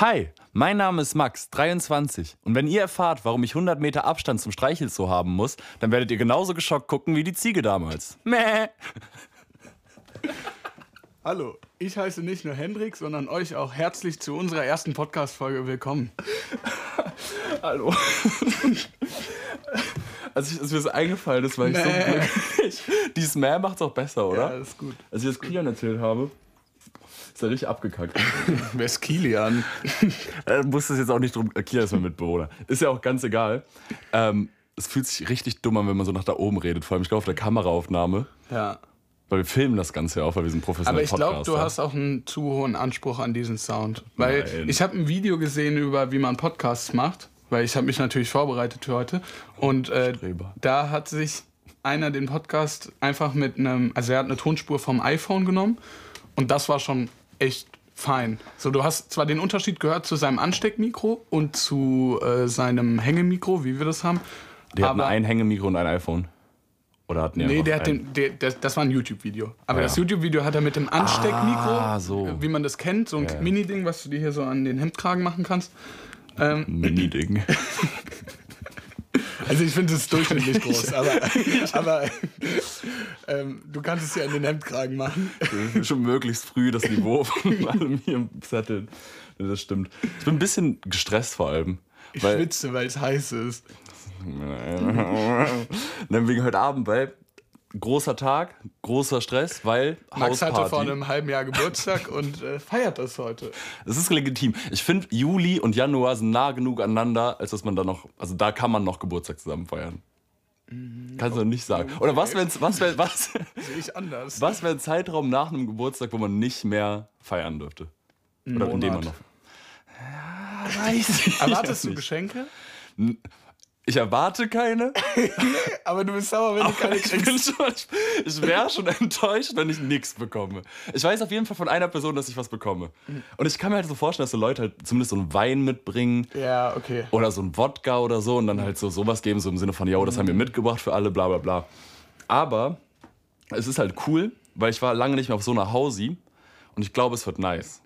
Hi, mein Name ist Max, 23. Und wenn ihr erfahrt, warum ich 100 Meter Abstand zum Streichelzoo haben muss, dann werdet ihr genauso geschockt gucken wie die Ziege damals. Mäh. Hallo, ich heiße nicht nur Hendrik, sondern euch auch herzlich zu unserer ersten Podcast-Folge willkommen. Hallo. Also ich, als mir das eingefallen ist, war ich Mäh. so glücklich. Dieses Mäh macht's auch besser, oder? Ja, ist gut. als ich das Kian erzählt habe, ist er richtig abgekackt. Wer ist Kilian? Äh, muss das jetzt auch nicht drum. Kia ist mein Mitbewohner. Ist ja auch ganz egal. Ähm, es fühlt sich richtig dumm an, wenn man so nach da oben redet. Vor allem, ich glaube, auf der Kameraaufnahme. Ja. Weil wir filmen das Ganze ja auch, weil wir sind Aber professionelle ich glaube, du Podcaster. hast auch einen zu hohen Anspruch an diesen Sound. Weil Nein. ich habe ein Video gesehen über, wie man Podcasts macht. Weil ich habe mich natürlich vorbereitet für heute. Und äh, Streber. da hat sich einer den Podcast einfach mit einem, also er hat eine Tonspur vom iPhone genommen. Und das war schon echt fein. So, du hast zwar den Unterschied gehört zu seinem Ansteckmikro und zu äh, seinem Hängemikro, wie wir das haben. Die hatten aber- ein Hängemikro und ein iPhone. Oder hatten die Nee, einfach der hat ein- den, der, das, das war ein YouTube-Video. Aber Ah, Ja. das YouTube-Video hat er mit dem Ansteckmikro, äh, Ah, so. wie man das kennt, so ein Ja. Mini-Ding, was du dir hier so an den Hemdkragen machen kannst. Mini-Ding. Also ich finde es durchschnittlich groß, aber, aber ähm, du kannst es ja an den Hemdkragen machen. Schon möglichst früh das Niveau von allem hier im Zettel. Ja, Das stimmt. Ich bin ein bisschen gestresst vor allem. Ich weil, schwitze, weil es heiß ist. dann wegen heute Abend, weil großer Tag, großer Stress, weil Max Hausparty. hatte vor einem halben Jahr Geburtstag und äh, feiert das heute. Es ist legitim. Ich finde, Juli und Januar sind nah genug aneinander, als dass man da noch, also da kann man noch Geburtstag zusammen feiern. Kannst du nicht sagen. Oder was, wenn's, was, wenn, was, Sehe ich anders. was wäre ein Zeitraum nach einem Geburtstag, wo man nicht mehr feiern dürfte? Oder in dem man noch. Monat. Ja, weiß ich. Erwartest du nicht. Geschenke? Ich erwarte keine. Aber du bist sauer, wenn du keine Ich, bin schon- ich wäre schon enttäuscht, wenn ich nichts bekomme. Ich weiß auf jeden Fall von einer Person, dass ich was bekomme. Mhm. Und ich kann mir halt so vorstellen, dass so Leute halt zumindest so einen Wein mitbringen. Ja, okay. oder so ein Wodka oder so und dann halt so sowas geben, so im Sinne von, yo, das haben Mhm. wir mitgebracht für alle, bla bla bla. Aber es ist halt cool, weil ich war lange nicht mehr auf so einer Hausi und ich glaube, es wird nice.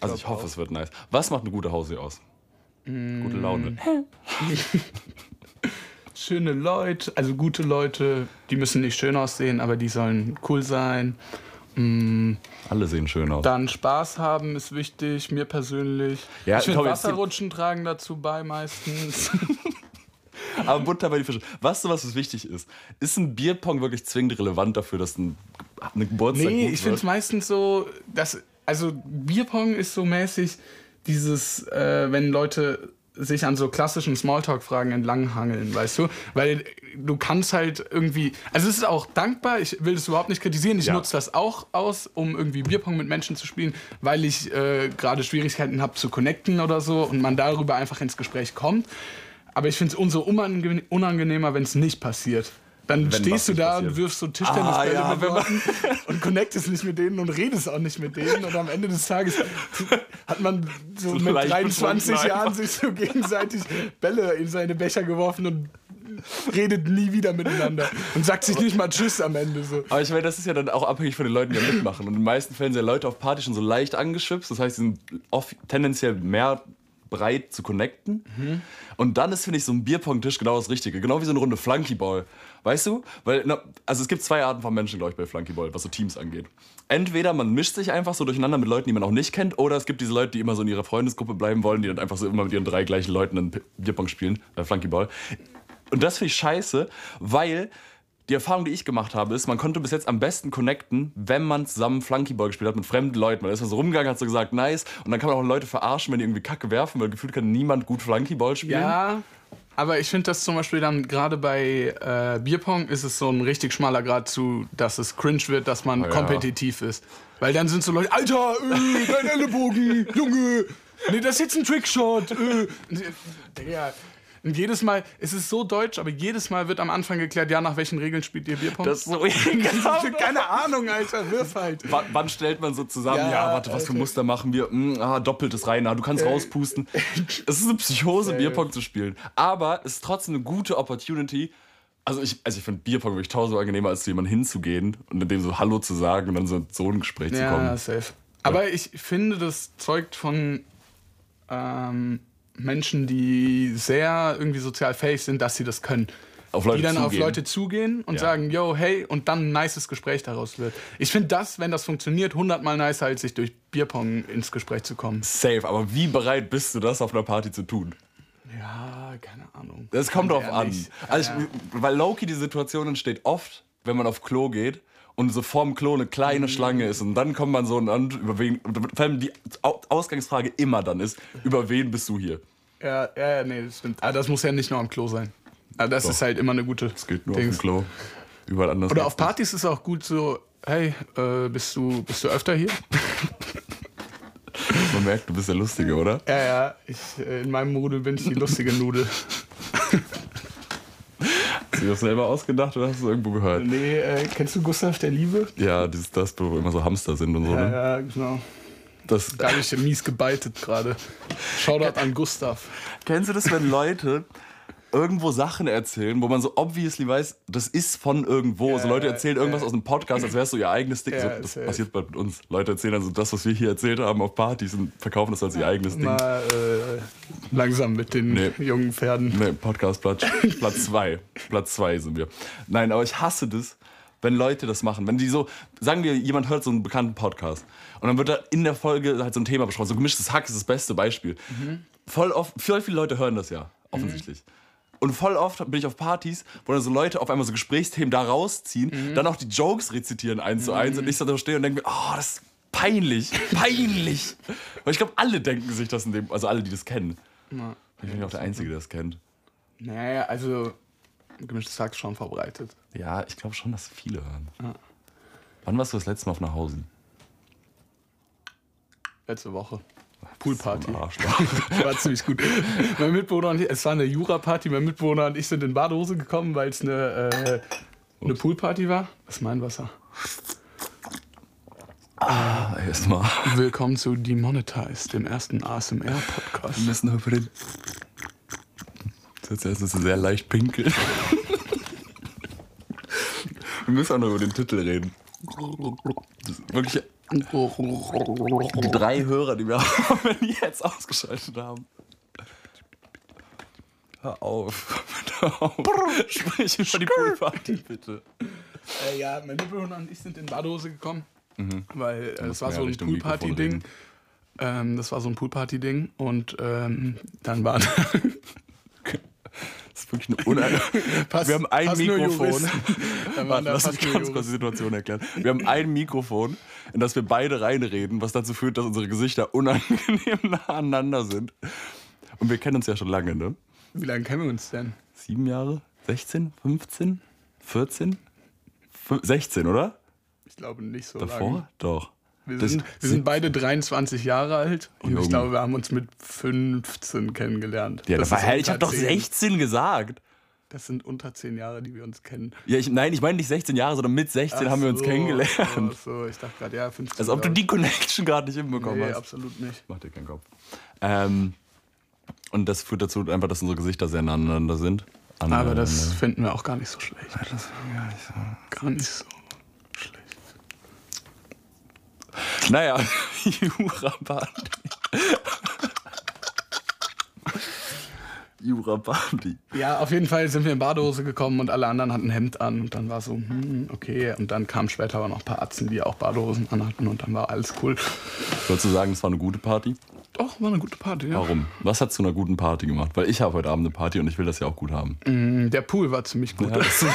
also ich glaub hoffe, es wird nice. Was macht eine gute Hausi aus? Mm. Gute Laune. schöne Leute, also gute Leute, die müssen nicht schön aussehen, aber die sollen cool sein. Mm, Alle sehen schön aus. Dann Spaß haben ist wichtig, mir persönlich. Ja, ich finde Tom, jetzt die- Wasserrutschen tragen dazu bei meistens. Aber Butter bei die Fische. Was du, was wichtig ist? Ist ein Bierpong wirklich zwingend relevant dafür, dass ein, eine Geburtstag nee, gut ich finde wird? es meistens so, dass, also Bierpong ist so mäßig dieses, äh, wenn Leute sich an so klassischen Smalltalk-Fragen entlanghangeln, weißt du? Weil du kannst halt irgendwie, also es ist auch dankbar, ich will das überhaupt nicht kritisieren, ich Ja. nutze das auch aus, um irgendwie Bierpong mit Menschen zu spielen, weil ich äh, gerade Schwierigkeiten habe zu connecten oder so und man darüber einfach ins Gespräch kommt. Aber ich finde es umso unange unangenehmer, wenn es nicht passiert. Dann Wenn was stehst du nicht da passiert. und wirfst so Tischtennisbälle Ah, ja, mit wenn man- Leuten und connectest nicht mit denen und redest auch nicht mit denen. Und am Ende des Tages hat man so, So mit leicht 23 betrunken Jahren einfach. sich so gegenseitig Bälle in seine Becher geworfen und redet nie wieder miteinander und sagt sich nicht mal Tschüss am Ende so. Aber ich meine, das ist ja dann auch abhängig von den Leuten, die da mitmachen. Und in den meisten Fällen sind ja Leute auf Party schon so leicht angeschwipst. Das heißt, sie sind oft tendenziell mehr breit zu connecten. Und dann ist, finde ich, so ein Bierpong-Tisch genau das Richtige. Genau wie so eine Runde Flunkyball. Weißt du? Weil, na, also es gibt zwei Arten von Menschen, glaube ich, bei Flunkyball, was so Teams angeht. Entweder man mischt sich einfach so durcheinander mit Leuten, die man auch nicht kennt, oder es gibt diese Leute, die immer so in ihrer Freundesgruppe bleiben wollen, die dann einfach so immer mit ihren drei gleichen Leuten dann Bierpong spielen, äh, Flunkyball. Und das finde ich scheiße, weil die Erfahrung, die ich gemacht habe, ist, man konnte bis jetzt am besten connecten, wenn man zusammen Flunkyball gespielt hat mit fremden Leuten. Man ist dann so rumgegangen, hat so gesagt, nice. Und dann kann man auch Leute verarschen, wenn die irgendwie Kacke werfen, weil gefühlt kann niemand gut Flunkyball spielen. Ja, aber ich finde das zum Beispiel dann gerade bei äh, Bierpong ist es so ein richtig schmaler Grad zu, dass es cringe wird, dass man ja. kompetitiv ist. Weil dann sind so Leute, Alter, äh, dein Ellenbogen, Junge, nee, das ist jetzt ein Trickshot. Äh. Digga. Und jedes Mal, es ist so deutsch, aber jedes Mal wird am Anfang geklärt, ja, nach welchen Regeln spielt ihr Bierpong? Das ist so ekelhaft. keine Ahnung, Alter, wirf halt. W wann stellt man so zusammen? Ja, Ja, warte, was für Alter. Muster machen wir? Hm, ah, doppeltes rein, ah, du kannst rauspusten. Es ist eine Psychose, Bierpong zu spielen. Aber es ist trotzdem eine gute Opportunity. Also ich, also ich finde Bierpong wirklich tausend angenehmer, als zu jemandem hinzugehen und mit dem so Hallo zu sagen und dann so in so ein Gespräch zu Ja, kommen. safe. Aber ich finde, das zeugt von ähm, Menschen, die sehr irgendwie sozial fähig sind, dass sie das können. Auf Leute die dann auf zugehen. Leute zugehen und Ja. sagen, yo, hey, und dann ein nices Gespräch daraus wird. Ich finde das, wenn das funktioniert, hundertmal nicer, als sich durch Bierpong ins Gespräch zu kommen. Safe, aber wie bereit bist du das auf einer Party zu tun? Ja, keine Ahnung. Das kommt Ganz drauf an. ehrlich. Also Ja. ich, weil Loki die Situation entsteht oft, wenn man auf Klo geht und so vorm Klo eine kleine Schlange ist und dann kommt man so und dann über wen und vor allem die Au- Ausgangsfrage immer dann ist, über wen bist du hier? Ja, ja, ja, nee, das stimmt. Aber das muss ja nicht nur am Klo sein. Aber das ist halt immer eine gute das Geht nur auf dem Klo. Überall anders. Oder auf Partys ist auch gut so, hey, äh, bist, du, bist du öfter hier? Man merkt, du bist der Lustige, oder? Ja, ja, ich, äh, in meinem Rudel bin ich die lustige Nudel. Hast du dir das selber ausgedacht oder hast du es irgendwo gehört? Nee, äh, kennst du Gustav der Liebe? Ja, das ist das, wo immer so Hamster sind und so. Ja, Ne? ja, genau. Das, Da habe ich mies gebeitet gerade. Shoutout an Gustav. Kennst du das, wenn Leute irgendwo Sachen erzählen, wo man so obviously weiß, das ist von irgendwo. also Leute ja, erzählen irgendwas aus einem Podcast, als wär's so ihr eigenes Ding. Ja, so, das safe. passiert bald mit uns. Leute erzählen also das, was wir hier erzählt haben auf Partys und verkaufen das als ihr eigenes Ding. Mal äh, langsam mit den Nee. jungen Pferden. Nee, Podcast Platz 2. Platz 2 sind wir. Nein, aber ich hasse das, wenn Leute das machen. Wenn die so, sagen wir, jemand hört so einen bekannten Podcast und dann wird da in der Folge halt so ein Thema besprochen. So gemischtes Hack ist das beste Beispiel. Voll oft, voll viele Leute hören das ja, offensichtlich. Und voll oft bin ich auf Partys, wo dann so Leute auf einmal so Gesprächsthemen da rausziehen, dann auch die Jokes rezitieren eins zu eins und ich so da stehe und denke mir, oh, das ist peinlich, peinlich. Weil ich glaube, alle denken sich das in dem, also alle, die das kennen. Na, Ich bin ja auch der Einzige, der das kennt. nee, also gemischtes Hack ist schon verbreitet. Ja, ich glaube schon, dass viele hören. Wann warst du das letzte Mal auf einer Hausen? Letzte Woche. Poolparty. So ein Arschloch. War ziemlich gut. Mein Mitbewohner und ich, es war eine Jura-Party, mein Mitbewohner und ich sind in Badehose gekommen, weil es eine, äh, eine Poolparty war. Das ist mein Wasser. Ah, Erstmal. Willkommen zu Demonetized, dem ersten ASMR-Podcast. Wir müssen über den. Das ist sehr leicht pinkel. Wir müssen auch noch über den Titel reden. Das ist wirklich Äh, die drei Hörer, die wir haben, wenn die jetzt ausgeschaltet haben. Hör auf. Hör auf. Sprich über die Poolparty, bitte. Äh, ja, mein Mitbewohner und ich sind in Badehose gekommen, Mhm. weil äh, es war man ja so ein Richtung Mikrofon Poolparty-Ding. reden. Ähm, das war so ein Poolparty-Ding und ähm, dann war Das ist wirklich eine unein Passt- Wir haben ein passt nur Mikrofon. Juristen. Dann waren Warte, da lass mich fast nur ganz kurz die Juristen. Situation erklären. Wir haben ein Mikrofon, in das wir beide reinreden, was dazu führt, dass unsere Gesichter unangenehm nah aneinander sind. Und wir kennen uns ja schon lange, ne? Wie lange kennen wir uns denn? Sieben Jahre? 16? 15? 14? Fü- 16, oder? Ich glaube nicht so Davor? lange. Doch. Wir Das- sind, wir sind beide 23 Jahre alt und Jung. ich glaube, wir haben uns mit 15 kennengelernt. ja, das das war, ist hä, unter ich habe doch 10. 16 gesagt. Das sind unter 10 Jahre, die wir uns kennen. Ja, ich, nein, ich meine nicht 16 Jahre, sondern mit 16 haben wir uns Ach so, kennengelernt. ach So, ich dachte gerade, ja, 15. Als ob du glaub die Connection gerade nicht hinbekommen ich. Nee, hast. absolut nicht. Mach dir keinen Kopf. Ähm, und das führt dazu einfach, dass unsere Gesichter sehr nah aneinander sind. Aber das finden wir auch gar nicht so schlecht. Gar nicht so schlecht. Naja, Jura-Party. Jura-Party. Ja, auf jeden Fall sind wir in Badehose gekommen und alle anderen hatten Hemd an und dann war so, hm, okay. Und dann kamen später aber noch ein paar Atzen, die auch Badehosen anhatten und dann war alles cool. Würdest du sagen, es war eine gute Party? Doch, war eine gute Party, ja. Warum? Was hat zu einer guten Party gemacht? Weil ich habe heute Abend eine Party und ich will das ja auch gut haben. Mm, Der Pool war ziemlich gut. Ja, das-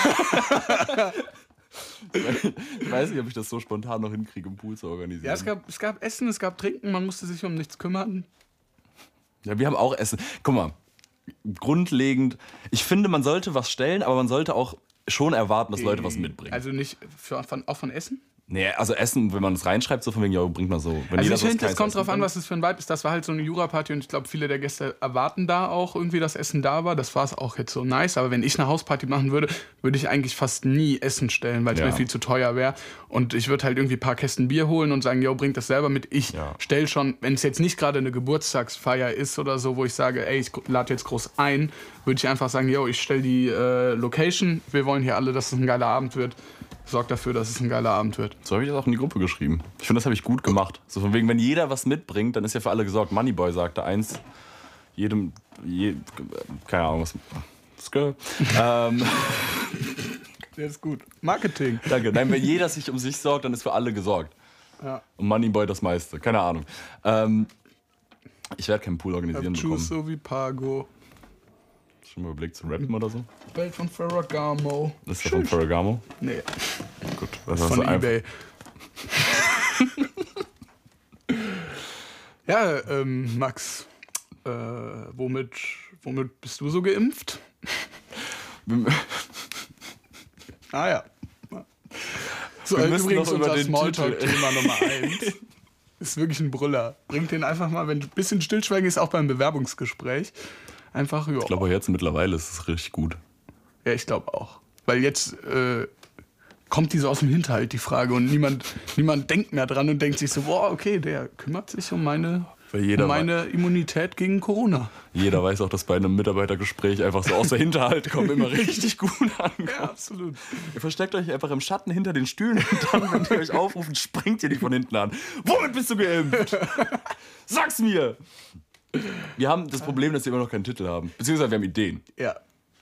ich weiß nicht, ob ich das so spontan noch hinkriege, im Pool zu organisieren. Ja, es gab, es gab Essen, es gab Trinken, man musste sich um nichts kümmern. Ja, wir haben auch Essen. Guck mal, grundlegend, ich finde, man sollte was stellen, aber man sollte auch schon erwarten, dass Leute was mitbringen. Also nicht für, von, auch von Essen? nee, also Essen, wenn man es reinschreibt, so von wegen, ja, bringt mal so. Wenn jeder Also ich so was finde, es Kleines kommt drauf essen an, bringt. was es für ein Vibe ist. Das war halt so eine Jura-Party und ich glaube, viele der Gäste erwarten da auch irgendwie, dass Essen da war. Das war es auch jetzt so nice. Aber wenn ich eine Hausparty machen würde, würde ich eigentlich fast nie Essen stellen, weil es Ja. mir viel zu teuer wäre. Und ich würde halt irgendwie ein paar Kästen Bier holen und sagen, yo, bringt das selber mit. Ich Ja. stell schon, wenn es jetzt nicht gerade eine Geburtstagsfeier ist oder so, wo ich sage, ey, ich lade jetzt groß ein, würde ich einfach sagen, yo, ich stell die äh, Location. Wir wollen hier alle, dass es ein geiler Abend wird. sorgt dafür, dass es ein geiler Abend wird. So habe ich das auch in die Gruppe geschrieben. Ich finde, das habe ich gut gemacht. So von wegen, wenn jeder was mitbringt, dann ist ja für alle gesorgt. Moneyboy sagte eins, jedem, je, keine Ahnung, was. das gehört. ähm, Der ist gut. Marketing. danke. Nein, wenn jeder sich um sich sorgt, dann ist für alle gesorgt. Ja. Und Moneyboy das meiste. Keine Ahnung. Ähm, ich werde keinen Pool organisieren Juice bekommen. so wie Pago. Schon mal überlegt zu rappen oder so. Welt von Ferragamo. Das ist ja von Ferragamo. Nee, Gut, das hast von du einfach- eBay. ja, ähm, Max, äh, womit, womit bist du so geimpft? Ah ja. So, Wir äh, müssen übrigens noch über unser den Smalltalk-Thema Nummer 1. Ist wirklich ein Brüller. Bringt den einfach mal, wenn ein bisschen Stillschweigen ist, auch beim Bewerbungsgespräch. Einfach, ja. Ich glaube, auch jetzt mittlerweile ist es richtig gut. Ja, ich glaube auch. Weil jetzt äh, kommt die so aus dem Hinterhalt, die Frage. Und niemand, niemand denkt mehr dran und denkt sich so, boah, okay, der kümmert sich um meine, Weil jeder um meine Immunität gegen Corona. Jeder weiß auch, dass bei einem Mitarbeitergespräch einfach so aus der Hinterhalt kommen immer richtig gut ankommt. Ja, absolut. Ihr versteckt euch einfach im Schatten hinter den Stühlen und dann, wenn die euch aufrufen, springt ihr die von hinten an. Womit bist du geimpft? Sag's mir! Wir haben das Problem, dass wir immer noch keinen Titel haben. Beziehungsweise wir haben Ideen. Ja,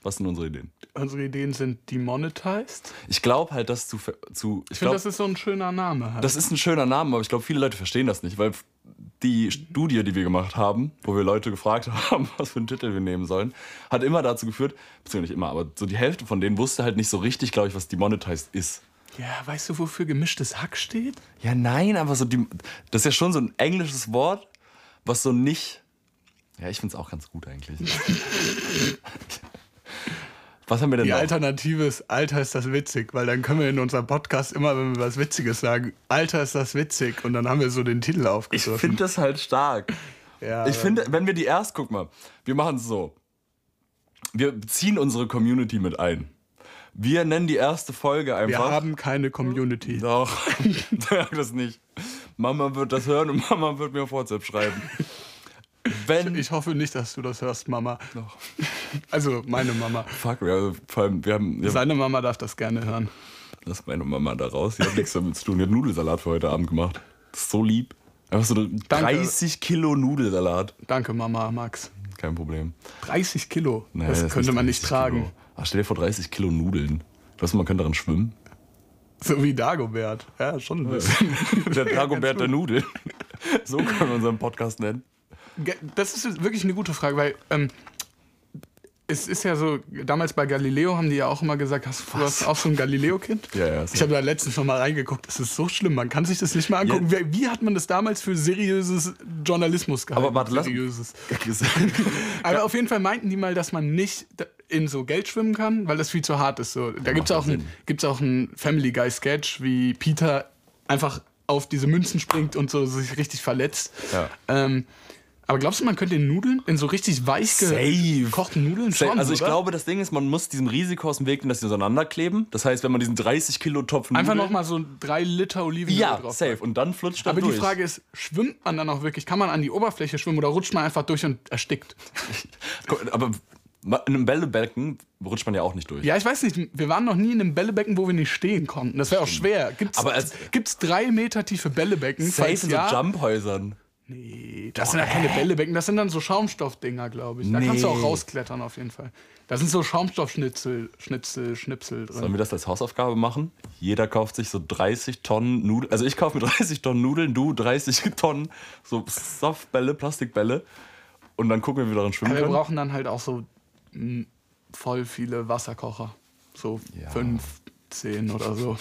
Was sind unsere Ideen? unsere Ideen sind demonetized. Ich glaube halt, das zu. ver- zu ich Ich finde, glaube, das ist so ein schöner Name. Halt. das ist ein schöner Name, aber ich glaube, viele Leute verstehen das nicht, weil die Studie, die wir gemacht haben, wo wir Leute gefragt haben, was für einen Titel wir nehmen sollen, hat immer dazu geführt, beziehungsweise nicht immer, aber so die Hälfte von denen wusste halt nicht so richtig, glaube ich, was demonetized ist. ja, weißt du, wofür gemischtes Hack steht? Ja, nein, aber so die, das ist ja schon so ein englisches Wort, was so nicht. Ja, ich find's auch ganz gut eigentlich. was haben wir denn Die noch? Alternative ist, Alter ist das witzig, weil dann können wir in unserem Podcast immer, wenn wir was Witziges sagen, Alter ist das witzig und dann haben wir so den Titel ich aufgegriffen. finde das halt stark. ja, Ich finde, wenn wir die erst, guck mal, wir machen es so. Wir ziehen unsere Community mit ein. Wir nennen die erste Folge wir einfach. haben keine Community. Doch, sag das nicht. Mama wird das hören und Mama wird mir auf WhatsApp schreiben. Wenn Ich hoffe nicht, dass du das hörst, Mama. Doch. Also meine Mama. Fuck, wir haben, vor allem, wir haben, wir haben Seine Mama darf das gerne hören. Lass meine Mama da raus. Die hat nichts damit zu tun. Die hat Nudelsalat für heute Abend gemacht. Das ist so lieb. Einfach so eine 30 Kilo Nudelsalat. Danke, Mama, Max. Kein Problem. 30 Kilo. Naja, das, ist könnte man nicht 30 tragen. Kilo. Ach, stell dir vor, 30 Kilo Nudeln. Weißt du, man könnte darin schwimmen. So wie Dagobert. Ja, schon ein bisschen. Der Dagobert der Nudeln. So können wir unseren Podcast nennen. Ge- Das ist wirklich eine gute Frage, weil ähm, es ist ja so, damals bei Galileo haben die ja auch immer gesagt, hast du warst auch so ein Galileo-Kind? Ja, ja, Ich habe da letztens noch mal reingeguckt. Das ist so schlimm. Man kann sich das nicht mehr angucken. Wie, wie hat man das damals für seriöses Journalismus gehalten? Aber warte, lass- seriöses. ja, Aber auf jeden Fall meinten die mal, dass man nicht da- in so Geld schwimmen kann, weil das viel zu hart ist. So, da gibt es ja auch, ein- gibt's auch einen Family Guy Sketch, wie Peter einfach auf diese Münzen springt und so sich richtig verletzt. Ja. Ähm, aber glaubst du, man könnte in Nudeln, in so richtig weich Safe. gekochten Nudeln schon, also ich oder? glaube, das Ding ist, man muss diesem Risiko aus dem Weg gehen, dass sie auseinanderkleben. Das heißt, wenn man diesen 30 Kilo Topf Einfach Nudeln- nochmal so drei Liter Olivenöl Ja, drauf. safe. Und dann flutscht er Aber durch. die Frage ist, schwimmt man dann auch wirklich? Kann man an die Oberfläche schwimmen oder rutscht man einfach durch und erstickt? Guck, Aber in einem Bällebecken rutscht man ja auch nicht durch. Ja, ich weiß nicht, wir waren noch nie in einem Bällebecken, wo wir nicht stehen konnten. Das wäre auch schwer. Gibt's, Aber als- gibt's drei Meter tiefe Bällebecken? Safe in Falls so ja, Jumphäusern. Nee, das sind ja keine Bällebecken, das sind dann so Schaumstoffdinger, glaube ich. Da kannst du Nee. auch rausklettern auf jeden Fall. Da sind so Schaumstoffschnitzel, Schnitzel, Schnipsel drin. Sollen wir das als Hausaufgabe machen? Jeder kauft sich so 30 Tonnen Nudeln. Also ich kaufe mir 30 Tonnen Nudeln, du 30 Tonnen so Softbälle, Plastikbälle. Und dann gucken wir, wie wir darin schwimmen Aber wir können. brauchen dann halt auch so mh, voll viele Wasserkocher. So Ja. fünf, zehn oder so.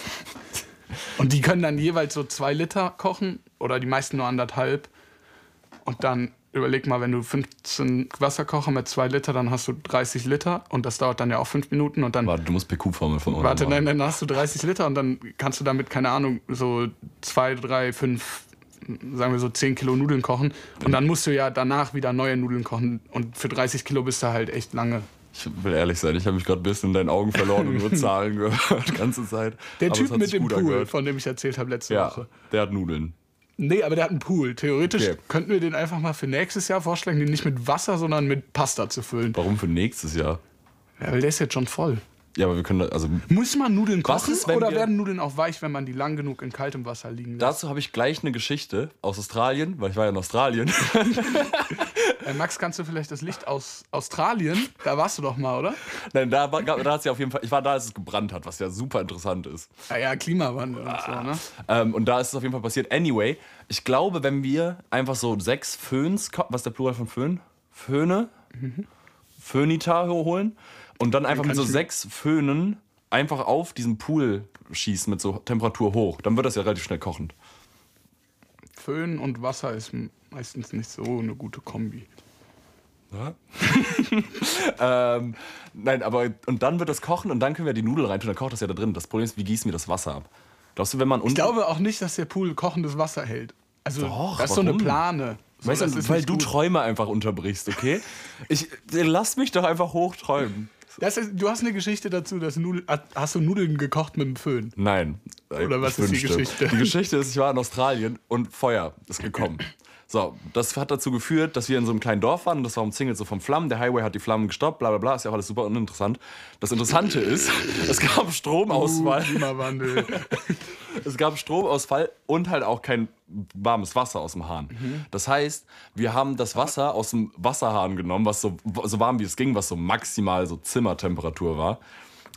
Und die können dann jeweils so zwei Liter kochen oder die meisten nur anderthalb. Und dann überleg mal, wenn du 15 Wasserkocher mit zwei Liter, dann hast du 30 Liter und das dauert dann ja auch fünf Minuten und dann. Warte, du musst PQ-Formel von uns Warte, machen. nein, dann hast du 30 Liter und dann kannst du damit, keine Ahnung, so zwei, drei, fünf, sagen wir so 10 Kilo Nudeln kochen. Und dann musst du ja danach wieder neue Nudeln kochen. Und für 30 Kilo bist du halt echt lange. Ich will ehrlich sein, ich habe mich gerade ein bisschen in deinen Augen verloren und nur Zahlen gehört die ganze Zeit. Der Aber es Typ hat mit sich dem gut Pool, angehört. von dem ich erzählt habe letzte Ja, Woche. der hat Nudeln. Nee, aber der hat einen Pool. Theoretisch Okay. könnten wir den einfach mal für nächstes Jahr vorschlagen, den nicht mit Wasser, sondern mit Pasta zu füllen. Warum für nächstes Jahr? Ja, weil der ist jetzt schon voll. Ja, aber wir können, also Muss man Nudeln Was kochen ist, wenn oder wir- werden Nudeln auch weich, wenn man die lang genug in kaltem Wasser liegen lässt? dazu habe ich gleich eine Geschichte aus Australien, weil ich war ja in Australien. Äh, Max, kannst du vielleicht das Licht aus Australien? Da warst du doch mal, oder? Nein, da, war- da hat sie auf jeden Fall, ich war da, als es gebrannt hat, was ja super interessant ist. Ja, ja Klimawandel und so, ne? Ähm, und da ist es auf jeden Fall passiert. Anyway, ich glaube, wenn wir einfach so sechs Föhns, ko- was ist der Plural von Föhn? Föhne? Mhm. Föhnita holen und dann einfach mit so ich- sechs Föhnen einfach auf diesen Pool schießen mit so Temperatur hoch, dann wird das ja relativ schnell kochend. Föhn und Wasser ist m- meistens nicht so eine gute Kombi. Ähm, nein, aber und dann wird das kochen und dann können wir die Nudel reintun, dann kocht das ja da drin. Das Problem ist, wie gießen wir das Wasser ab? Glaubst du, wenn man unten. Ich glaube auch nicht, dass der Pool kochendes Wasser hält. Also, Doch, das ist so eine warum? Plane. So, weißt das du, ist weil nicht du gut. Träume einfach unterbrichst, okay? Ich, lass mich doch einfach hochträumen. Das ist, du hast eine Geschichte dazu, dass Nudel, hast du Nudeln gekocht mit dem Föhn? Nein. Oder Ich was ist die Geschichte? Die Geschichte ist, ich war in Australien und Feuer ist gekommen. So, das hat dazu geführt, dass wir in so einem kleinen Dorf waren und das war umzingelt so vom Flammen. Der Highway hat die Flammen gestoppt, bla bla bla, ist ja auch alles super uninteressant. Das Interessante ist, es gab Stromausfall. Uh, Klimawandel. Es gab Stromausfall und halt auch kein warmes Wasser aus dem Hahn. Mhm. Das heißt, wir haben das Wasser aus dem Wasserhahn genommen, was so, so warm wie es ging, was so maximal so Zimmertemperatur war.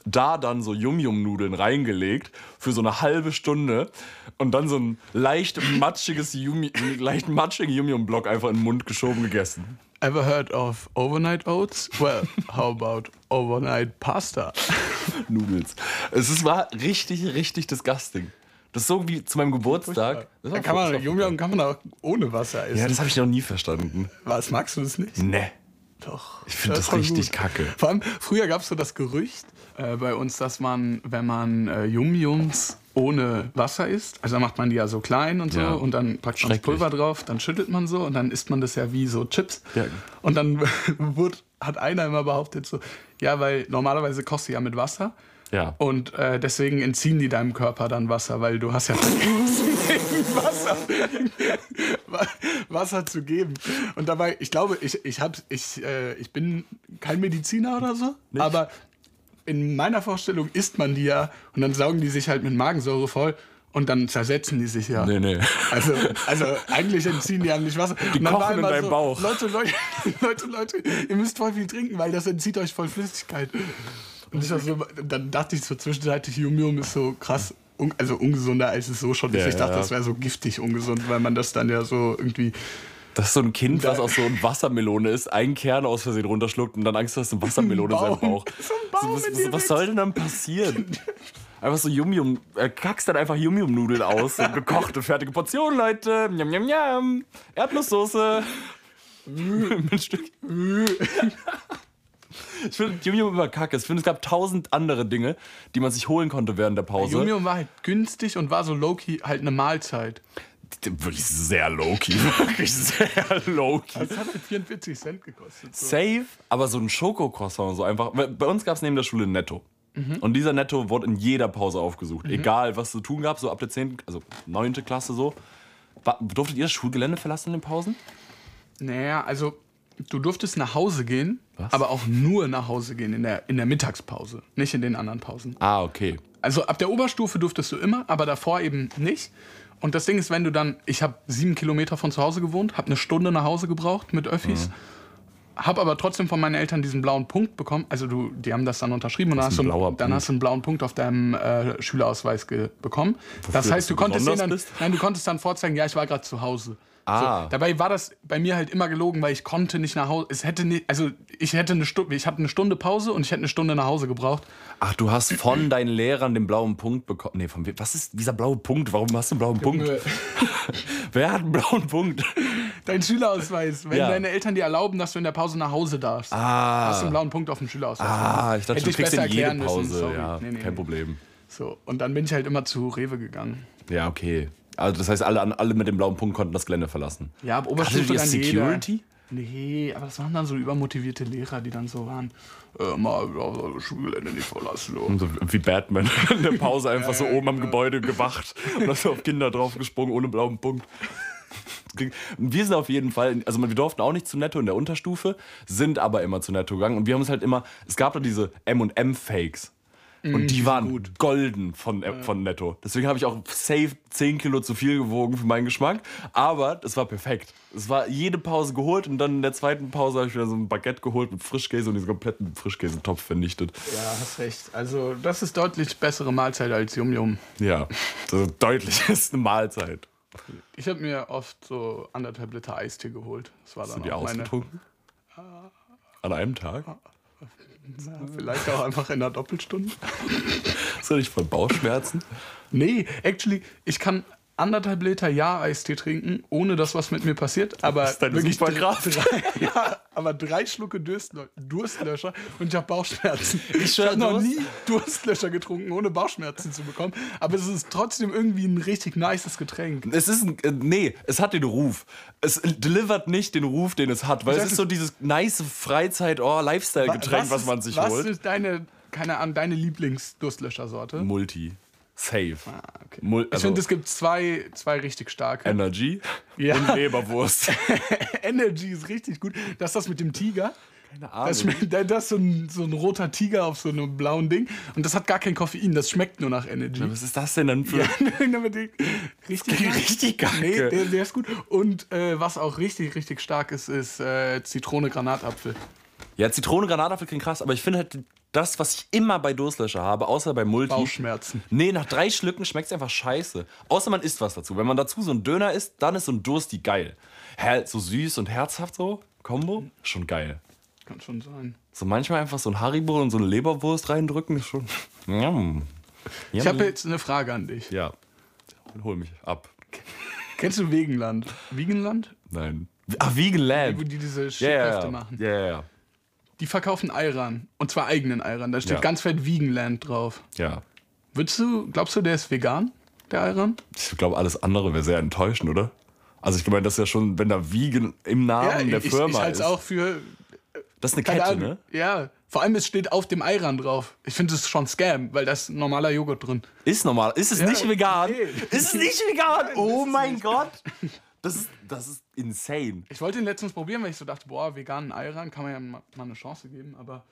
Da dann so Yum-Yum-Nudeln reingelegt für so eine halbe Stunde und dann so ein leicht matschiges Yum leicht matschigen Yum-Yum-Block einfach in den Mund geschoben gegessen. Ever heard of overnight oats? Well, how about overnight pasta? Nudels. Es ist, war richtig, richtig disgusting. Das ist so wie zu meinem Geburtstag. Das war Da kann man, furchtbar. Jumjum kann man auch ohne Wasser essen. ja, das habe ich noch nie verstanden. Was, magst du das nicht? Ne. Doch. Ich finde das, ist voll richtig gut. kacke. Vor allem, früher gab es so das Gerücht äh, bei uns, dass man, wenn man äh, Yum-Yums ohne Wasser isst, also dann macht man die ja so klein und so Ja. und dann packt man das Schrecklich. Pulver drauf, dann schüttelt man so und dann isst man das ja wie so Chips. Ja. Und dann wird, hat einer immer behauptet so, ja, weil normalerweise kochst du ja mit Wasser. Ja. Und äh, deswegen entziehen die deinem Körper dann Wasser, weil du hast ja vergessen, Wasser, Wa- Wasser zu geben. Und dabei, ich glaube, ich, ich, hab, ich, äh, ich bin kein Mediziner oder so, aber in meiner Vorstellung isst man die ja und dann saugen die sich halt mit Magensäure voll und dann zersetzen die sich ja. Nee, nee. Also, also eigentlich entziehen die einem nicht Wasser. Die kochen in deinem Bauch. Leute, Leute, Leute, Leute, ihr müsst voll viel trinken, weil das entzieht euch voll Flüssigkeit. Und ich war so, dann dachte ich so zwischenzeitlich, Yum Yum ist so krass, un, also ungesunder als es so schon ist. Ja, ich dachte, ja. das wäre so giftig ungesund, weil man das dann ja so irgendwie. Das ist so ein Kind, was aus so einer Wassermelone ist, einen Kern aus Versehen runterschluckt und dann Angst hat, dass eine Wassermelone in seinem Baum. Bauch. So ein Baum was in was, dir was soll denn dann passieren? Einfach so Yum-Yum, er kackst dann einfach Yum-Yum-Nudeln aus. So gekochte, fertige Portion, Leute. Yum, yum, yum. Erdnusssoße. Äh. Mit Stück. Ich finde Yum-Yum immer kacke. Ich finde, es gab tausend andere Dinge, die man sich holen konnte während der Pause. Yum Yum war halt günstig und war so low-key halt eine Mahlzeit. Wirklich sehr low-key. Wirklich sehr low-key. Das hat halt 44 Cent gekostet. So. Safe, aber so ein Schokocroissant so einfach. Weil Bei uns gab es neben der Schule ein Netto. Mhm. Und dieser Netto wurde in jeder Pause aufgesucht. Egal, was zu tun gab, so ab der 10., also 9. Klasse so. Wa- Durftet ihr das Schulgelände verlassen in den Pausen? Naja, also du durftest nach Hause gehen, Was? aber auch nur nach Hause gehen in der, in der Mittagspause, nicht in den anderen Pausen. Ah, okay. Also ab der Oberstufe durftest du immer, aber davor eben nicht. Und das Ding ist, wenn du dann, ich habe sieben Kilometer von zu Hause gewohnt, habe eine Stunde nach Hause gebraucht mit Öffis, Mhm. habe aber trotzdem von meinen Eltern diesen blauen Punkt bekommen. Also du, die haben das dann unterschrieben und dann, ist hast ein du, blauer dann Punkt? hast du einen blauen Punkt auf deinem äh, Schülerausweis ge- bekommen. das Wofür, dass heißt, du du konntest, besonders denen dann, bist? nein, du konntest dann vorzeigen, ja, ich war gerade zu Hause. Ah. So, dabei war das bei mir halt immer gelogen, weil ich konnte nicht nach Hause. Es hätte nicht, also ich hätte eine Stunde, ich hatte eine Stunde Pause und ich hätte eine Stunde nach Hause gebraucht. Ach, du hast von deinen Lehrern den blauen Punkt bekommen. Nee, von wem? Was ist dieser blaue Punkt? Warum hast du einen blauen Punkt? Wer hat einen blauen Punkt? Dein Schülerausweis. Wenn Ja. deine Eltern dir erlauben, dass du in der Pause nach Hause darfst, hast du einen blauen Punkt auf dem Schülerausweis. Ah, ich dachte, Hätte du ich kriegst besser in jede erklären müssen, Pause. sorry. Ja, Nee, nee, kein nee. Problem. So, und dann bin ich halt immer zu Rewe gegangen. Ja, okay. Also das heißt, alle, alle mit dem blauen Punkt konnten das Gelände verlassen. Ja, aber Hattet Oberstufe ihr dann Security? Jeder. Nee, aber das waren dann so übermotivierte Lehrer, die dann so waren, äh, mal ja, Schulgelände nicht verlassen. so. So wie Batman. In der Pause einfach so oben am Gebäude gewacht und dann so auf Kinder draufgesprungen ohne blauen Punkt. Das ging- Und wir sind auf jeden Fall, also wir durften auch nicht zu Netto in der Unterstufe, sind aber immer zu Netto gegangen und wir haben es halt immer, es gab da diese M&M-Fakes. Und die waren golden von, äh, von netto. Deswegen habe ich auch safe 10 Kilo zu viel gewogen für meinen Geschmack. Aber es war perfekt. Es war jede Pause geholt und dann in der zweiten Pause habe ich wieder so ein Baguette geholt mit Frischkäse und diesen kompletten Frischkäsetopf vernichtet. Ja, hast recht. Also, das ist deutlich bessere Mahlzeit als Yum Yum. Ja, das ist deutlich das ist eine Mahlzeit. Ich habe mir oft so anderthalb Liter Eistee geholt. Das war dann Sind die auch meine, ausgetrunken? An einem Tag? Ja, vielleicht auch einfach in einer Doppelstunde. Ist das nicht von Bauchschmerzen? Nee, actually, ich kann anderthalb Liter Ja-Eistee trinken, ohne dass was mit mir passiert. Aber ist deine wirklich Superkraft. dr- Drei, ja, aber drei Schlucke Durstlö Durstlöscher und ich habe Bauchschmerzen. Ich, schwör, habe noch du hast- nie Durstlöscher getrunken, ohne Bauchschmerzen zu bekommen. Aber es ist trotzdem irgendwie ein richtig nices Getränk. Es ist ein, äh, nee, es hat den Ruf. Es delivert nicht den Ruf, den es hat, weil Ich es sag- ist so dieses nice Freizeit-Lifestyle-Getränk, was, ist- man sich was holt. ist deine, keine Ahnung, deine Lieblings-Durstlöscher-Sorte? Multi. Safe. okay. Mul Ich also finde, es gibt zwei, zwei richtig starke. Energy Ja. und Leberwurst. Energy ist richtig gut. Das ist das mit dem Tiger. Keine Das, Ahnung. schmeckt, das ist so ein, so ein roter Tiger auf so einem blauen Ding. Und das hat gar kein Koffein, das schmeckt nur nach Energy. Was ist das denn dann für. Ja, damit die- richtig, Richtig kacke. Nee, der, der ist gut. Und äh, was auch richtig, richtig stark ist, ist äh, Zitrone Granatapfel. Ja, Zitrone, Granatapfel klingt krass, aber ich finde halt das, was ich immer bei Durstlöscher habe, außer bei Multi. Bauchschmerzen. Nee, nach drei Schlücken schmeckt es einfach scheiße. Außer man isst was dazu. Wenn man dazu so einen Döner isst, dann ist so ein Dursti geil. Hä, so süß und herzhaft so, Kombo, schon geil. Kann schon sein. So manchmal einfach so ein Haribo und so eine Leberwurst reindrücken, ist schon. Yum. Ich also habe jetzt eine Frage an dich. Ja. Hol mich ab. Kennst du Wegenland? Wegenland? Nein. Ah, Vegan Lab. Wo die diese Schiffhefte Ja, ja, ja. machen. ja, ja, ja. Die verkaufen Ayran. Und zwar eigenen Ayran. Da steht Ja. ganz fett Veganland drauf. Ja. Würdest du, glaubst du, der ist vegan, der Ayran? Ich glaube, alles andere wäre sehr enttäuschend, oder? Also ich meine, das ist ja schon, wenn da Vegan im Namen der ich, ich, Firma ich halte ist. es auch für das ist eine Keine Kette, Ahnung. ne? Ja, vor allem es steht auf dem Ayran drauf. Ich finde es schon Scam, weil da ist normaler Joghurt drin. Ist normal. Ist es nicht vegan? nee. Ist es nicht vegan? oh mein Gott. Das ist, das ist insane. Ich wollte ihn letztens probieren, weil ich so dachte, boah, veganen Ayran kann man ja ma- mal eine Chance geben, aber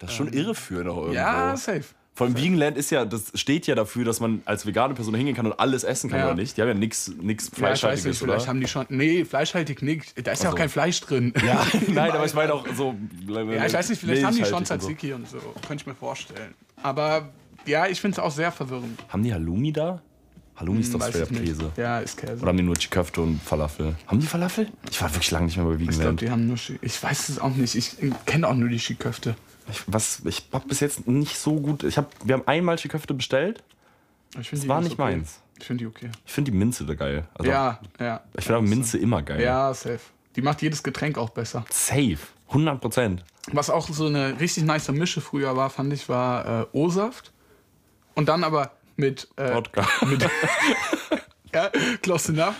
Das ist schon irreführend auch irgendwo. ja, safe. Vor allem Veganland ist ja, das steht ja dafür, dass man als vegane Person hingehen kann und alles essen kann Ja. oder nicht. Die haben ja nichts nix Ja, ich weiß Fleischhaltiges, nicht, oder? vielleicht haben die schon. Nee, fleischhaltig nicht. Da ist ja auch so. kein Fleisch drin. ja, nein, aber ich meine auch so. Ja, ich weiß nicht, vielleicht haben die milchhaltig schon und Tzatziki und so. Könnte ich mir vorstellen. Aber ja, ich finde es auch sehr verwirrend. So. Haben die Halloumi da? Halloumi ist doch Hm, Weiß wieder ich nicht. Käse. Ja, ist Käse. Oder haben die nur Chiköfte und Falafel? Haben die Falafel? Ich war wirklich lange nicht mehr bei ich glaube, Veganland. die haben nur. Schi- Ich weiß es auch nicht. Ich kenne auch nur die Schiköfte. Ich, was, ich hab bis jetzt nicht so gut. Ich hab, wir haben einmal Chiköfte bestellt. Ich find die war ganz nicht okay. meins. Ich finde die okay. Ich finde die Minze da geil. Also, Ja, ja. Ich finde auch Minze immer geil. Ja, safe. Die macht jedes Getränk auch besser. Safe. 100 Prozent. Was auch so eine richtig nice Mische früher war, fand ich, war äh, O-Saft. Und dann aber mit, äh, Wodka. ja, close enough,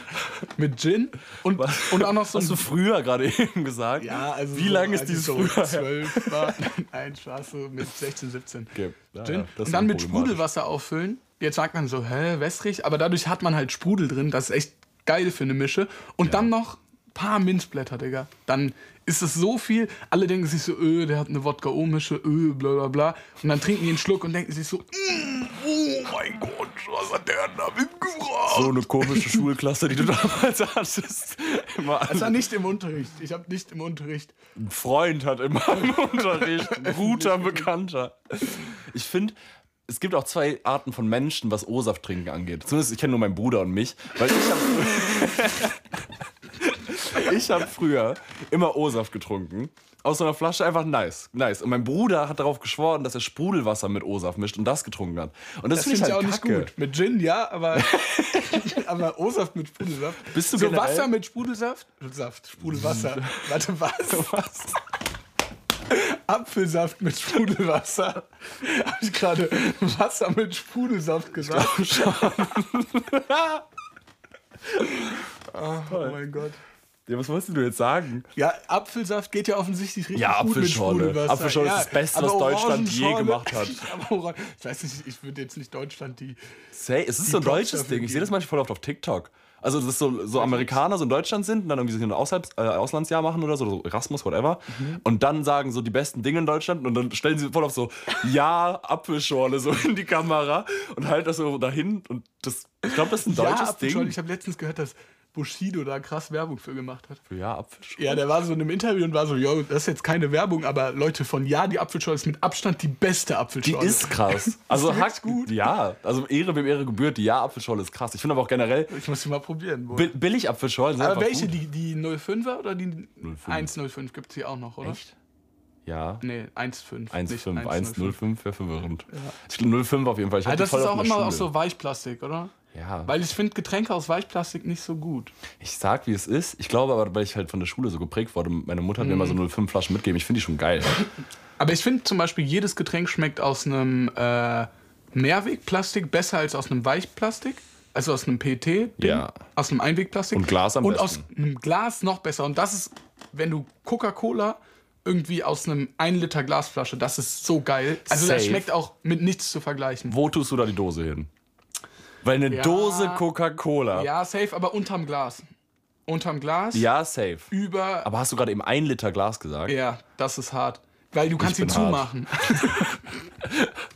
mit Gin und, und auch noch so Hast du ein... früher gerade eben gesagt? Wie also so, lange als also ist dieses ich so früher? her? 12 war, nein, Spaß, so mit 16, 17. Okay, ja, Gin. ja, das und dann ist mit problematisch. Sprudelwasser auffüllen. Jetzt sagt man so, hä, wässrig, aber dadurch hat man halt Sprudel drin, das ist echt geil für eine Mische. Und dann noch ein paar Minzblätter, Digga. Dann ist es so viel, alle denken sich so, öh, der hat eine Wodka-O-Mische, öh, bla bla bla. Und dann trinken die einen Schluck und denken sich so, mm, oh mein Gott, was hat der denn da mitgebracht? So eine komische Schulklasse, die du damals hattest. Immer Das war alle- nicht im Unterricht. Ich habe nicht im Unterricht. ein Freund hat immer im Unterricht. Ein guter Bekannter. Ich finde. Es gibt auch zwei Arten von Menschen, was O-Saft trinken angeht. Zumindest ich kenne nur meinen Bruder und mich, weil ich habe ich hab früher immer O-Saft getrunken. Aus so einer Flasche einfach nice, nice. Und mein Bruder hat darauf geschworen, dass er Sprudelwasser mit O-Saft mischt und das getrunken hat. Und das, Das finde finde ich ich auch halt nicht kacke. gut. Mit Gin, ja, aber, aber O-Saft mit Sprudelsaft. Bist du so generell- Wasser mit Sprudelsaft? Saft, Sprudelwasser. Warte, was? Was? Apfelsaft mit Sprudelwasser. Habe ich gerade Wasser mit Sprudelsaft gesagt? oh, oh mein Gott. Ja, was wolltest du jetzt sagen? Ja, Apfelsaft geht ja offensichtlich richtig Ja, gut mit Apfelschorle. Sprudelwasser. Apfelschorle ist ja, das Beste, was aber Deutschland je Orangenschorle- gemacht hat. Aber Oran- ich weiß nicht, ich würde jetzt nicht Deutschland die... Say, es ist Die so ein Props deutsches dafür Ding. Ich sehe das manchmal voll oft auf TikTok. Also, dass so, so Amerikaner so in Deutschland sind und dann irgendwie so ein Aushalt, äh, Auslandsjahr machen oder so, so Erasmus, whatever. Mhm. Und dann sagen so die besten Dinge in Deutschland und dann stellen sie voll auf so, ja, Apfelschorle so in die Kamera und halt das so dahin. Und das, ich glaube, das ist ein deutsches ja, Ding. Ding. Ich habe letztens gehört, dass Bushido da krass Werbung für gemacht hat. Ja, Apfelschorle. Ja, der war so in einem Interview und war so, yo, das ist jetzt keine Werbung, aber Leute von ja, die Apfelschorle ist mit Abstand die beste Die Apfelschorle. ist krass. Also wirklich Hack gut. Ja, also Ehre wem Ehre gebührt, die Ja-Apfelschorle ist krass. Ich finde aber auch generell Ich muss sie mal probieren. wohl. Bi- Billig-Apfelschorlen sind aber einfach welche? gut. Die, die 05er oder die 05. 105 gibt es hier auch noch, oder? Echt? Ja. Nee, 1,5. 1,5, 1,05. 1,05 wäre verwirrend. Ich glaube 0,5 auf jeden Fall. Ich hab Also die das voll ist auf auch meiner immer aus Schule. so Weichplastik, oder? Ja. Weil ich finde Getränke aus Weichplastik nicht so gut. Ich sag, wie es ist. Ich glaube aber, weil ich halt von der Schule so geprägt wurde, meine Mutter hat mir immer so 0,5 Flaschen mitgegeben. Ich finde die schon geil. Aber ich finde zum Beispiel, jedes Getränk schmeckt aus einem äh, Mehrwegplastik besser als aus einem Weichplastik. Also aus einem PT, -Ding, Ja. aus einem Einwegplastik. Und Glas am Und besten. aus einem Glas noch besser. Und das ist, wenn du Coca-Cola irgendwie aus einem 1 Liter Glasflasche, das ist so geil. Also das Safe. schmeckt auch mit nichts zu vergleichen. Wo tust du da die Dose hin? Weil eine Ja. Dose Coca-Cola. Ja. Ja, safe, aber unterm Glas. Unterm Glas, safe. über... Aber hast du gerade eben ein Liter Glas gesagt? ja, das ist hart. Weil du kannst ihn bin hart. zumachen.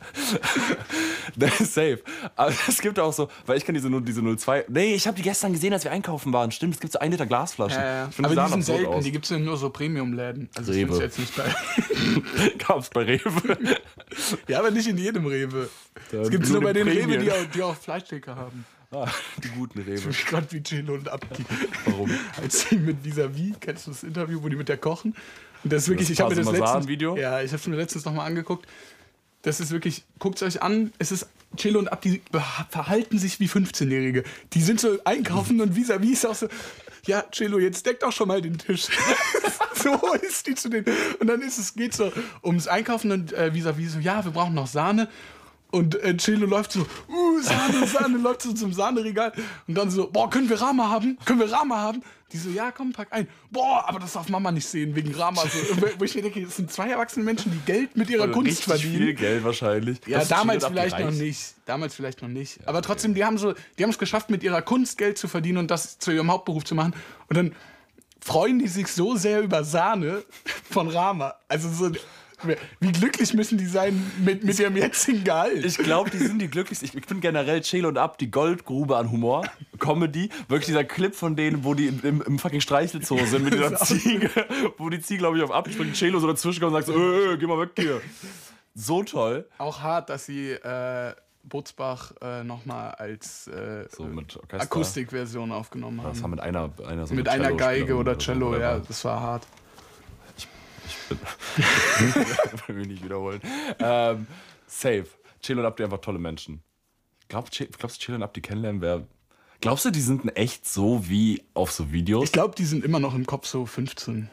Das ist safe. Aber es gibt auch so, weil ich kenne diese, nur diese 02. Nee, ich habe die gestern gesehen, als wir einkaufen waren. Stimmt, es gibt so 1 Liter Glasflaschen. Ja, ja. Ich finde, Äh, die aber sahen die sind absurd selten, aus. die gibt es nur so Premium-Läden. Also ich Rewe. finde es jetzt nicht geil. Gab's bei Rewe. ja, aber nicht in jedem Rewe. Es gibt nur nur bei den den Rewe, Premium. die auch, die auch Fleischdecker haben. Ah, die guten Rewe. Ich gerade wie Jill und Abdi. Warum? Als die mit dieser Wie, kennst du das Interview, wo die mit der kochen? Und das ist wirklich, Das ich habe mir das Basim letztens, Masan-Video? ja, ich habe mir letztens nochmal angeguckt. Das ist wirklich, guckt euch an, es ist Jill und Abdi beha- verhalten sich wie 15-Jährige. Die sind so einkaufen und vis-à-vis ist auch so, ja, Cello, jetzt deck doch schon mal den Tisch. so ist die zu denen. Und dann ist es, geht so ums Einkaufen und äh, vis-à-vis so, ja, wir brauchen noch Sahne. Und äh, Cello läuft so, uh, Sahne, Sahne, läuft so zum Sahneregal. Und dann so, boah, können wir Rama haben? Können wir Rama haben? Die so, ja, komm, pack ein. Boah, aber das darf Mama nicht sehen, wegen Rama. So, wo ich mir denke, das sind zwei erwachsene Menschen, die Geld mit ihrer Kunst Richtig verdienen. viel Geld wahrscheinlich. Ja, Äh, Das steht damals auf die vielleicht noch Reise. nicht. Damals vielleicht noch nicht. Aber trotzdem, die haben so, die haben es geschafft, mit ihrer Kunst Geld zu verdienen und das zu ihrem Hauptberuf zu machen. Und dann freuen die sich so sehr über Sahne von Rama. Also so, wie glücklich müssen die sein mit, mit ihrem jetzigen Gehalt? Ich glaube, die sind die glücklichsten. Ich, ich bin generell Chill und Ab, die Goldgrube an Humor, Comedy. Wirklich dieser Clip von denen, wo die im, im, im fucking Streichelzoo sind mit dieser Ziege, wo die Ziege, glaube ich, auf abspringt, Chelo so dazwischen kommt und sagt so, äh, äh, geh mal weg hier. So toll. Auch hart, dass sie äh, Butzbach äh, nochmal als äh, So mit Orchester. Akustikversion aufgenommen Das haben. war mit einer, einer so Mit einer Geige Cellospielerin oder so, Cello, whatever. ja, das war hart. Ich will mich nicht wiederholen. Ähm, safe. Chill und Abdi einfach tolle Menschen. Glaub, Chill, glaubst du, Chill und Abdi kennenlernen wäre. Glaubst du, die sind in echt so wie auf so Videos? Ich glaube, die sind immer noch im Kopf so 15.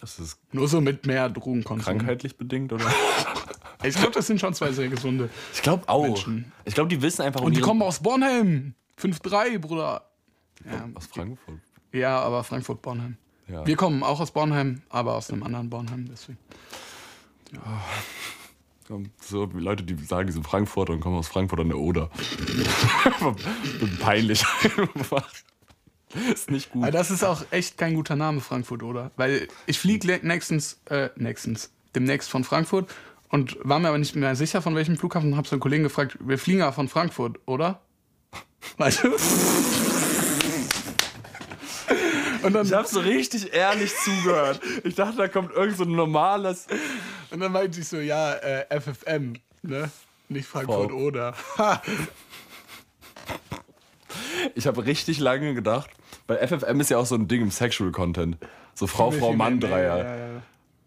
Das ist Nur so mit mehr Drogenkonsum. krankheitlich bedingt, oder? Ich glaube, das sind schon zwei sehr gesunde. Ich glaube auch. Ich glaube, die wissen einfach um Und die ihren- kommen aus Bornheim. 5-3, Bruder. Ja, aus Frankfurt. ja aber Frankfurt-Bornheim. Ja. Wir kommen auch aus Bornheim, aber aus einem anderen Bornheim. Deswegen. So Leute, die sagen, die sind Frankfurter und kommen aus Frankfurt an der Oder. Peinlich einfach. Ist nicht gut. Aber das ist auch echt kein guter Name, Frankfurt, oder? Weil ich fliege nächstens, äh, nächstens, demnächst von Frankfurt und war mir aber nicht mehr sicher, von welchem Flughafen und habe so einen Kollegen gefragt, wir fliegen ja von Frankfurt, oder? Weißt du? Und dann, Ich habe so richtig ehrlich zugehört. Ich dachte, da kommt irgend so ein normales. Und dann meinte ich so, ja, äh, FFM, ne? Nicht Frankfurt Frau. oder. Ich habe richtig lange gedacht, weil FFM ist ja auch so ein Ding im Sexual Content. So Frau, Female, Frau, Mann, Female, Dreier. Ja, ja, ja.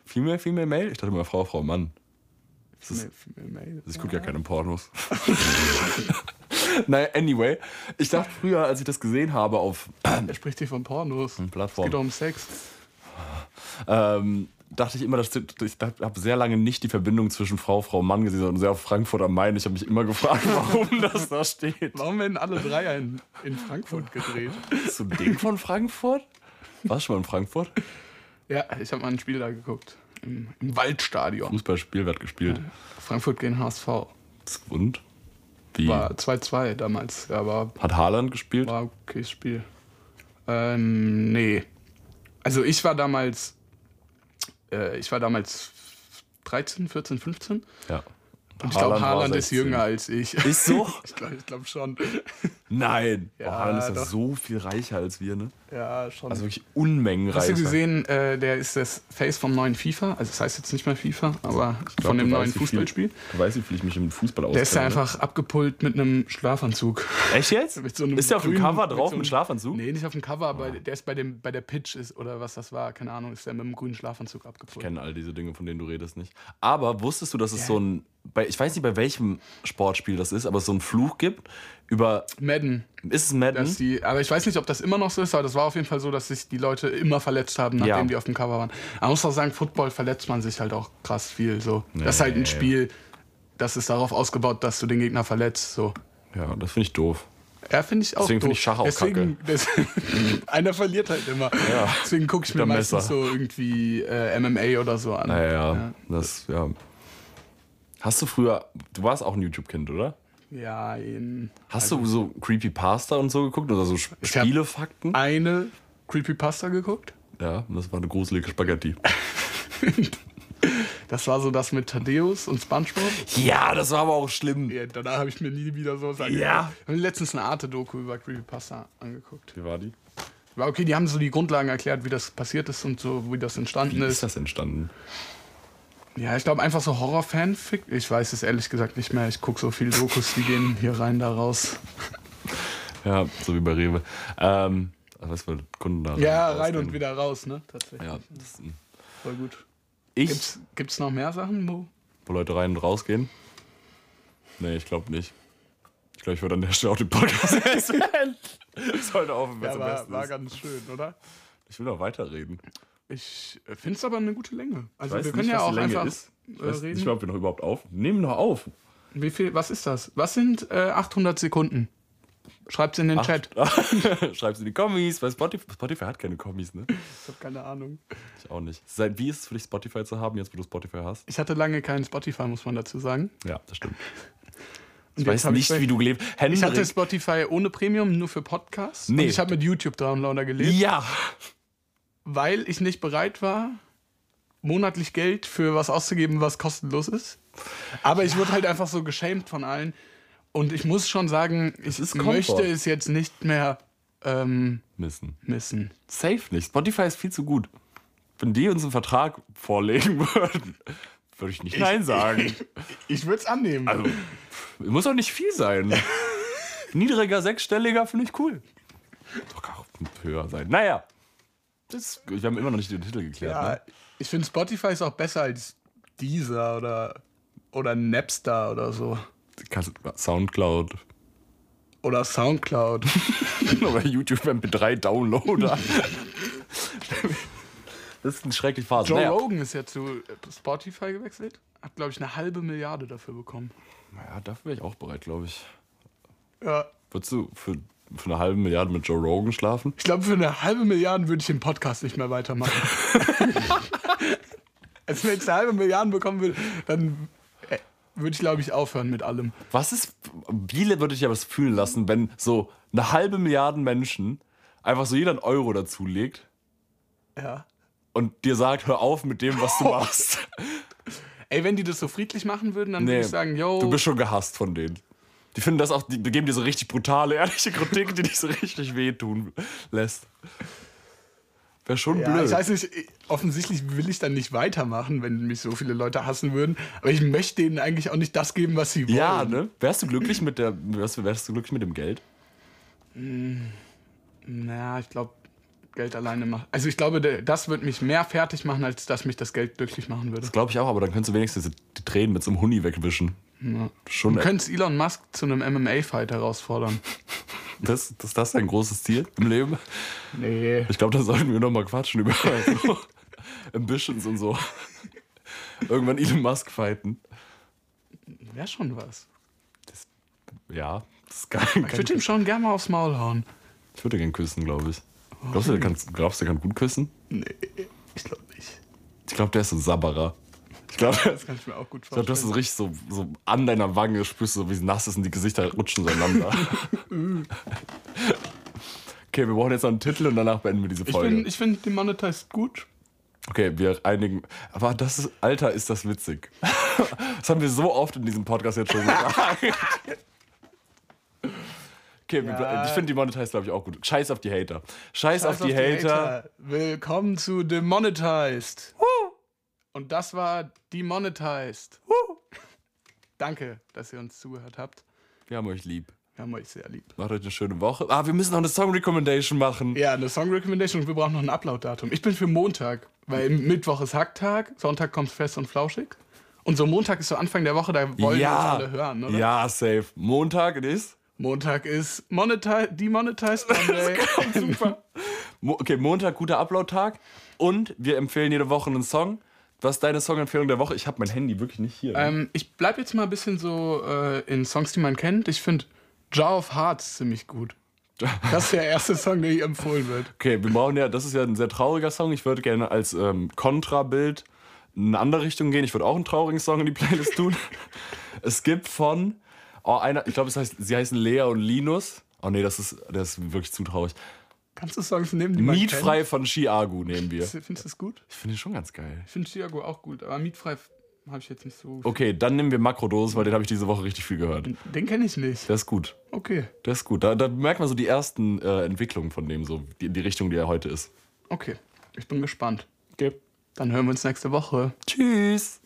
Female, Female, Male? Ich dachte immer Frau, Frau, Mann. Also Female, female, male. Ich gucke ja keine Pornos. naja, anyway. Ich dachte früher, als ich das gesehen habe auf Er spricht hier von Pornos. Plattform. Geht doch um Sex. ähm, dachte ich immer, dass ich habe sehr lange nicht die Verbindung zwischen Frau, Frau, Mann gesehen, sondern sehr auf Frankfurt am Main. Ich habe mich immer gefragt, warum das da steht. Warum werden alle Dreier in, in Frankfurt gedreht? Bist du ein Ding von Frankfurt? Warst du schon mal in Frankfurt? Ja, ich habe mal ein Spiel da geguckt. Im, im Waldstadion. Fußballspiel wird gespielt. Frankfurt gegen HSV. Das ist wund. Wie? War 2-2 damals, aber Hat Haaland gespielt? war okayes Spiel. Ähm, nee. Also ich war damals, äh, ich war damals 13, 14, 15. Ja. Und ich glaube, war Haaland ist 16. jünger als ich. Ist so? Ich glaube ich glaub schon. Nein. Ja, oh, Haaland ist ja doch. so viel reicher als wir, ne? Ja, schon. Also wirklich Unmengen Hast reicher. du gesehen, äh, der ist das Face vom neuen FIFA, also das heißt jetzt nicht mehr FIFA, aber Ich glaub, von dem du neuen weißt, wie viel- ne? Fußballspiel. Du weißt, wie viel ich mich im Fußball auskenne. Der ist ja einfach abgepult mit einem Schlafanzug. Echt jetzt? Mit so einem ist der auf dem grünen- Cover mit drauf so mit einem- Schlafanzug? Ah. Nee, nicht auf dem Cover, aber der ist bei dem bei der Pitch ist oder was das war, keine Ahnung, ist der mit einem grünen Schlafanzug Ich abgepult. kenne all diese Dinge, von denen du redest, nicht. Aber wusstest du, dass es so ein. Bei, ich weiß nicht, bei welchem Sportspiel das ist, aber es so einen Fluch gibt über. Madden, Ist es Madden? dass die, aber ich weiß nicht, ob das immer noch so ist, aber das war auf jeden Fall so, dass sich die Leute immer verletzt haben, nachdem Ja. die auf dem Cover waren. Man muss auch sagen, Football verletzt man sich halt auch krass viel. So. das ist halt Nee. ein Spiel, das ist darauf ausgebaut, dass du den Gegner verletzt. So. Ja, das finde ich doof. Ja, finde ich auch Deswegen doof. finde ich Schach auch deswegen, Deswegen, einer verliert halt immer. Deswegen gucke ich Der mir meistens Messer. so irgendwie äh, MMA oder so an. Naja, ja. das, ja. Hast du früher. Du warst auch ein YouTube-Kind, oder? Ja, in Hast du so Creepypasta und so geguckt oder so Sp- Also hab- Spielefakten? eine Creepypasta geguckt. Ja, und das war eine gruselige Spaghetti. Das war so das mit Thaddeus und Spongebob. Ja, das war aber auch schlimm. Ja, danach habe ich mir nie wieder sowas angeguckt. Ja. Ich habe letztens eine Arte-Doku über Creepypasta angeguckt. Wie war die? War okay, die haben so die Grundlagen erklärt, wie das passiert ist und so, wie das entstanden Wie ist ist. das entstanden? Ja, ich glaube einfach so Horror-Fanfic. Ich weiß es ehrlich gesagt nicht mehr. Ich gucke so viele Dokus, die gehen hier rein, da raus. Ja, so wie bei Rewe. Ähm, was für Kunden da Ja, rausgehen. rein und wieder raus, ne? Tatsächlich. Ja, das ist ein- Voll gut. ich, Gibt's, gibt's noch mehr Sachen, wo? wo Leute rein und rausgehen? Nee, ich glaube nicht. Ich glaube, ich würde an der Stelle auch den Podcast beenden. Sollte aufhören, wenn es am besten ist. ganz schön, oder? Ich will noch weiterreden. Ich finde es aber eine gute Länge. Also Ich weiß wir können nicht, ja was die auch Länge einfach ist. Ich äh, weiß reden. nicht mal, ob wir noch überhaupt auf. Nehmen noch auf. Wie viel, was ist das? Was sind äh, 800 Sekunden? Schreibt's in den Chat. Schreib's in die Kommis, weil Spotify, Spotify hat keine Kommis, ne? Ich habe keine Ahnung. Ich auch nicht. Seit wie ist es für dich, Spotify zu haben, jetzt wo du Spotify hast? Ich hatte lange keinen Spotify, muss man dazu sagen. Ja, das stimmt. Und Ich weiß hab nicht, wie du gelebt Ich hatte Hendrik. Spotify ohne Premium, nur für Podcasts. Nee. Und ich habe mit YouTube Downloader gelebt, Ja! weil ich nicht bereit war, monatlich Geld für was auszugeben, was kostenlos ist. Aber ich wurde halt einfach so geschämt von allen. Und ich muss schon sagen, ich ist Komfort. möchte es jetzt nicht mehr ähm, Missen. missen. Safe nicht. Spotify ist viel zu gut. Wenn die uns einen Vertrag vorlegen würden, würde ich nicht Nein sagen. Ich würde es annehmen. Also, muss auch nicht viel sein. Niedriger, sechsstelliger finde ich cool. Doch kann auch höher sein. Naja. Das, wir haben immer noch nicht den Titel geklärt. Ja, Ne? ich finde Spotify ist auch besser als Deezer oder, oder Napster oder so. Kannst- Soundcloud. Oder Soundcloud. Oder YouTube MP3 Downloader. das ist ein schrecklich Phase. Joe naja. Rogan ist ja zu Spotify gewechselt. Hat, glaube ich, eine halbe Milliarde dafür bekommen. Ja, dafür wäre ich auch bereit, glaube ich. Ja. Würdest du für, für eine halbe Milliarde mit Joe Rogan schlafen? Ich glaube, für eine halbe Milliarde würde ich den Podcast nicht mehr weitermachen. also, wenn ich eine halbe Milliarde bekommen würde, dann äh, würde ich, glaube ich, aufhören mit allem. Was ist, wie würde ich ja was fühlen lassen, wenn so eine halbe Milliarde Menschen einfach so jeder einen Euro dazulegt Ja. und dir sagt, hör auf mit dem, was du machst. Ey, wenn die das so friedlich machen würden, dann Nee, würde ich sagen, yo. Du bist schon gehasst von denen. Die finden das auch, die geben dir so richtig brutale, ehrliche Kritik, die dich so richtig wehtun lässt. Wäre schon Ja, blöd. ich weiß nicht, ich- offensichtlich will ich dann nicht weitermachen, wenn mich so viele Leute hassen würden. Aber ich möchte denen eigentlich auch nicht das geben, was sie wollen. ja, ne? Wärst du glücklich mit der, wärst, wärst du glücklich mit dem Geld? Naja, ich glaube, Geld alleine macht. Also ich glaube, der- das wird mich mehr fertig machen, als dass mich das Geld glücklich machen würde. Das glaube ich auch, aber dann könntest du wenigstens die- die Tränen mit so einem Huni wegwischen. Schon, Du könntest Elon Musk zu einem MMA-Fight herausfordern. das, das, das ist dein großes Ziel im Leben. Nee. Ich glaube, da sollten wir noch mal quatschen über so Ambitions und so. Irgendwann Elon Musk fighten. Wäre schon was. Ja, das ist geil. Ich würde ihm schon gerne mal aufs Maul hauen. Ich würde gern küssen, glaube ich. Glaubst du, der kann, glaubst, du, der kann gut küssen? Nee, ich glaube nicht. Ich glaube, der ist so ein Sabberer. Ich Ich glaube, Das kann ich mir auch gut glaub, du vorstellen. hast es richtig so, so an deiner Wange, spürst du so, wie es nass ist und die Gesichter rutschen so einander. okay, wir brauchen jetzt noch einen Titel und danach beenden wir diese Ich, Folge. bin- ich finde Demonetized gut. Okay, wir einigen. Aber das ist, Alter, ist das witzig. das haben wir so oft in diesem Podcast jetzt schon gesagt. Okay, wir ble- ich finde die Monetize, glaube ich, auch gut. Scheiß auf die Hater. Scheiß, auf, die, Hater. Willkommen zu Demonetized. Und das war Demonetized. Danke, dass ihr uns zugehört habt. Wir haben euch lieb. Wir haben euch sehr lieb. Macht euch eine schöne Woche. Ah, wir müssen noch eine Song Recommendation machen. Ja, eine Song Recommendation und wir brauchen noch ein Upload-Datum. Ich bin für Montag, weil Mittwoch ist Hacktag, Sonntag kommt fest und flauschig. Und so Montag ist so Anfang der Woche, da wollen wir uns alle hören, oder? ja, safe. Montag ist. Montag ist Monetize, Demonetized Monday. super. Mo okay, Montag guter Upload-Tag. Und wir empfehlen jede Woche einen Song. Was ist deine Songempfehlung der Woche? Ich habe mein Handy wirklich nicht hier. ähm, ich bleib jetzt mal ein bisschen so äh, in Songs, die man kennt. Ich finde Jar of Hearts ziemlich gut. Das ist der erste Song, der hier empfohlen wird. Okay, wir brauchen ja, das ist ja ein sehr trauriger Song. Ich würde gerne als ähm, Kontrabild in eine andere Richtung gehen. Ich würde auch einen traurigen Song in die Playlist tun. es gibt von, oh, einer, ich glaube, es heißt, sie heißen Lea und Linus. Oh nee, das ist, das ist wirklich zu traurig. Kannst du Songs nehmen, die man Mietfrei von Chiagu nehmen wir. kennt? Findest du es gut? Ich finde den schon ganz geil. Ich finde Chiago auch gut, aber Mietfrei habe ich jetzt nicht so. Okay, dann nehmen wir Makrodosis, weil den habe ich diese Woche richtig viel gehört. Den kenne ich nicht. Der ist gut. Okay, Der ist gut. Da, da merkt man so die ersten äh, Entwicklungen von dem, so die, die Richtung, die er heute ist. okay. Ich bin gespannt. Okay. Dann hören wir uns nächste Woche. Tschüss.